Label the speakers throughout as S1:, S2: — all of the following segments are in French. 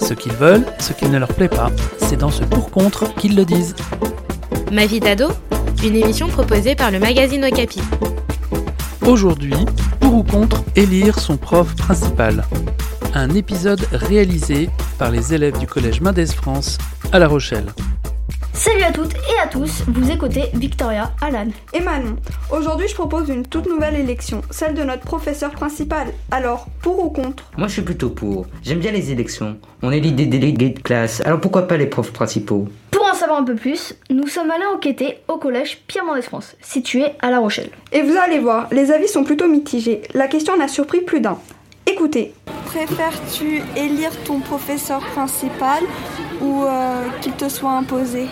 S1: Ce qu'ils veulent, ce qui ne leur plaît pas, c'est dans ce pour-contre qu'ils le disent.
S2: Ma vie d'ado, une émission proposée par le magazine Okapi.
S1: Aujourd'hui, pour ou contre élire son prof principal. Un épisode réalisé par les élèves du collège Mendès France à La Rochelle.
S3: Salut à toutes et à tous, vous écoutez Victoria Alan.
S4: Et Manon, aujourd'hui je propose une toute nouvelle élection, celle de notre professeur principal. Alors, pour ou contre
S5: Moi, je suis plutôt pour. J'aime bien les élections. On élit des délégués de classe, alors pourquoi pas les profs principaux
S3: Pour en savoir un peu plus, nous sommes allés enquêter au collège Pierre Mendès France, situé à La Rochelle.
S4: Et vous allez voir, les avis sont plutôt mitigés. La question en a surpris plus d'un. Écoutez,
S6: Préfères-tu élire ton professeur principal ou euh, qu'il te soit imposé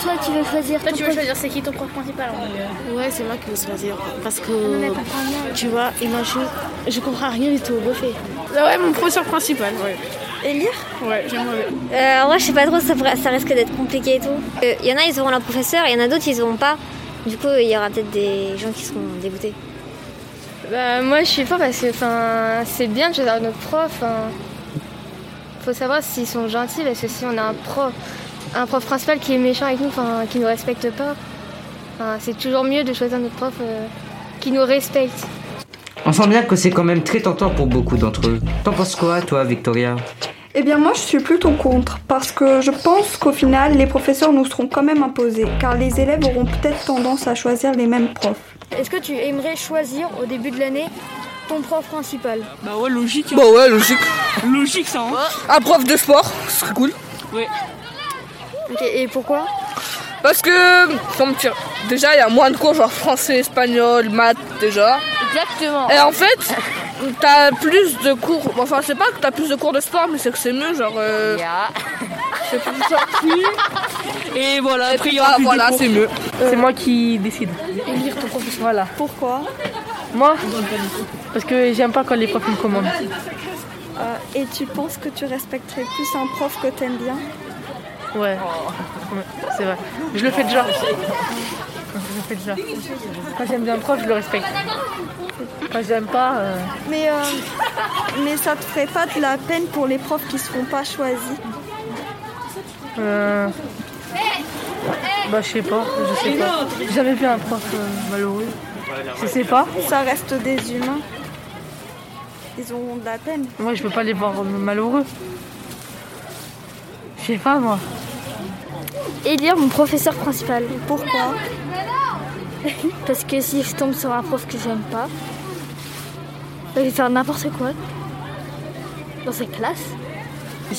S7: Toi tu veux choisir ton prof-
S2: c'est qui ton prof principal
S8: Ouais, c'est moi qui me suis basée parce que tu vois, imagine, je comprends rien du tout au buffet. Ah Ouais, mon professeur principal, ouais.
S6: Élire
S8: Ouais, j'aimerais.
S9: Euh, moi, je sais pas trop, ça, pourrait- ça risque d'être compliqué et tout. Il y en a, ils auront leur professeur, il y en a d'autres, ils auront pas. Du coup, il y aura peut-être des gens qui seront dégoûtés.
S10: Bah, moi, je suis pour parce que enfin, c'est bien de choisir notre prof. hein. Faut savoir s'ils sont gentils parce que si on a un prof, un prof principal qui est méchant avec nous, enfin, qui nous respecte pas, enfin, c'est toujours mieux de choisir notre prof euh, qui nous respecte.
S5: On sent bien que c'est quand même très tentant pour beaucoup d'entre eux. T'en penses quoi, toi, Victoria
S4: eh bien moi je suis plutôt contre, parce que je pense qu'au final, les professeurs nous seront quand même imposés, car les élèves auront peut-être tendance à choisir les mêmes profs.
S7: Est-ce que tu aimerais choisir au début de l'année ton prof principal
S8: Bah, ouais, logique.
S11: Bah ouais, logique.
S8: Logique, ça, hein.
S11: Un prof de sport, ce serait cool.
S7: Ok, et pourquoi
S11: Parce que comme tu- déjà il y a moins de cours genre français, espagnol, maths déjà.
S8: Exactement.
S11: Et en fait, t'as plus de cours. Enfin c'est pas que t'as plus de cours de sport, mais c'est que c'est mieux genre. euh, C'est plus sorti.
S8: Et voilà, après, il y
S11: Ah,
S8: aura plus
S11: voilà,
S8: de
S11: c'est mieux.
S12: C'est moi qui décide.
S6: Élire ton professeur.
S12: Voilà.
S6: Pourquoi
S12: Moi Parce que j'aime pas quand les profs me commandent.
S6: Euh, Et tu penses que tu respecterais plus un prof que t'aimes bien
S12: Ouais. Ouais, c'est vrai. Je le fais déjà. Je le fais déjà. Quand j'aime bien un prof, je le respecte. Quand j'aime pas. euh,
S6: mais, euh, mais ça te ferait pas de la peine pour les profs qui seront pas choisis
S12: Euh... Bah je sais pas, je sais pas. J'ai jamais vu un prof euh, malheureux. Je sais pas.
S6: Ça reste des humains. Ils auront de la peine.
S12: Moi je peux pas les voir euh, malheureux. Je sais pas moi.
S7: Élire mon professeur principal.
S6: Pourquoi
S7: Parce que si je tombe sur un prof que j'aime pas, bah, je vais faire n'importe quoi dans cette classe.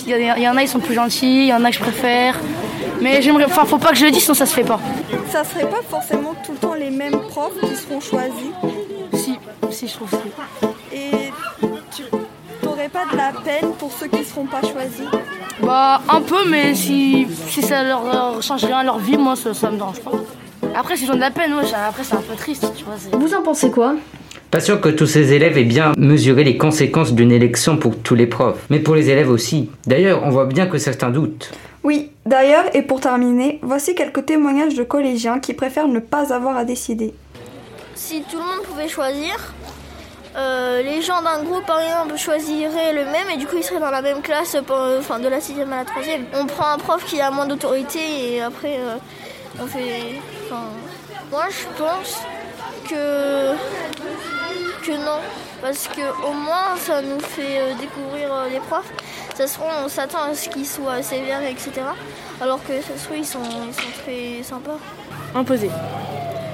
S8: Il y, en a, ils sont plus gentils, il y en a que je préfère. Mais j'aimerais. Enfin, faut pas que je le dise, sinon ça se fait pas.
S6: Ça serait pas forcément tout le temps les mêmes profs qui seront choisis.
S8: Si, si, je trouve ça.
S6: Et tu n'aurais pas de la peine pour ceux qui seront pas choisis.
S8: Bah, un peu, mais si, si ça leur, leur change rien à leur vie, moi, ça, ça me dérange pas. Après, s'ils ont de la peine, ouais, ça- après, c'est un peu triste, tu vois. c'est-
S3: Vous en pensez quoi
S5: Pas sûr que tous ces élèves aient bien mesuré les conséquences d'une élection pour tous les profs, mais pour les élèves aussi. D'ailleurs, on voit bien que certains doutent.
S4: Oui, d'ailleurs, et pour terminer, voici quelques témoignages de collégiens qui préfèrent ne pas avoir à décider.
S7: Si tout le monde pouvait choisir, euh, les gens d'un groupe par exemple choisiraient le même et du coup ils seraient dans la même classe pour- euh, enfin, de la 6 à la 3 On prend un prof qui a moins d'autorité et après euh, on fait. enfin, Moi je pense que. que non. Parce que au moins ça nous fait euh, découvrir euh, les profs. Ça se trouve, on s'attend à ce qu'ils soient sévères, etc. Alors que ça se trouve, ils sont, ils sont très sympas.
S8: Imposé.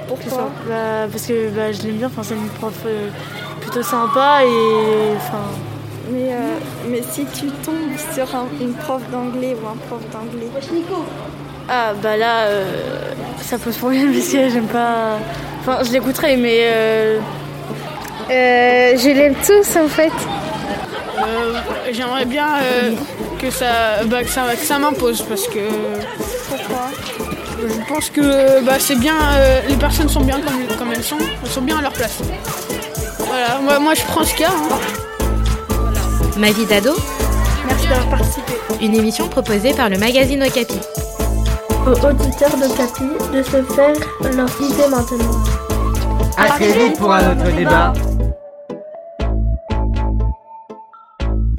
S6: Pourquoi
S8: Bah, parce que bah, je l'aime bien, enfin, c'est une prof euh, plutôt sympa et. Enfin.
S6: Mais, euh, mais si tu tombes sur un- une prof d'anglais ou un prof d'anglais,
S8: Ah, bah là, euh, ça pose problème parce que j'aime pas. Enfin, je l'écouterai, mais. Euh...
S10: je l'aime tous en fait.
S8: Euh, J'aimerais bien euh, que ça, bah, que ça, que ça m'impose parce que.
S13: Pourquoi
S8: Je pense que bah, c'est bien. euh, les personnes sont bien comme, comme elles sont. Elles sont bien à leur place. Voilà, moi, moi je prends ce cas. hein.
S2: Ma vie d'ado,
S13: Merci d'avoir participé.
S2: une émission proposée par le magazine Okapi.
S7: aux auditeurs de Capi de se faire leur idée maintenant.
S5: À très vite pour un autre débat.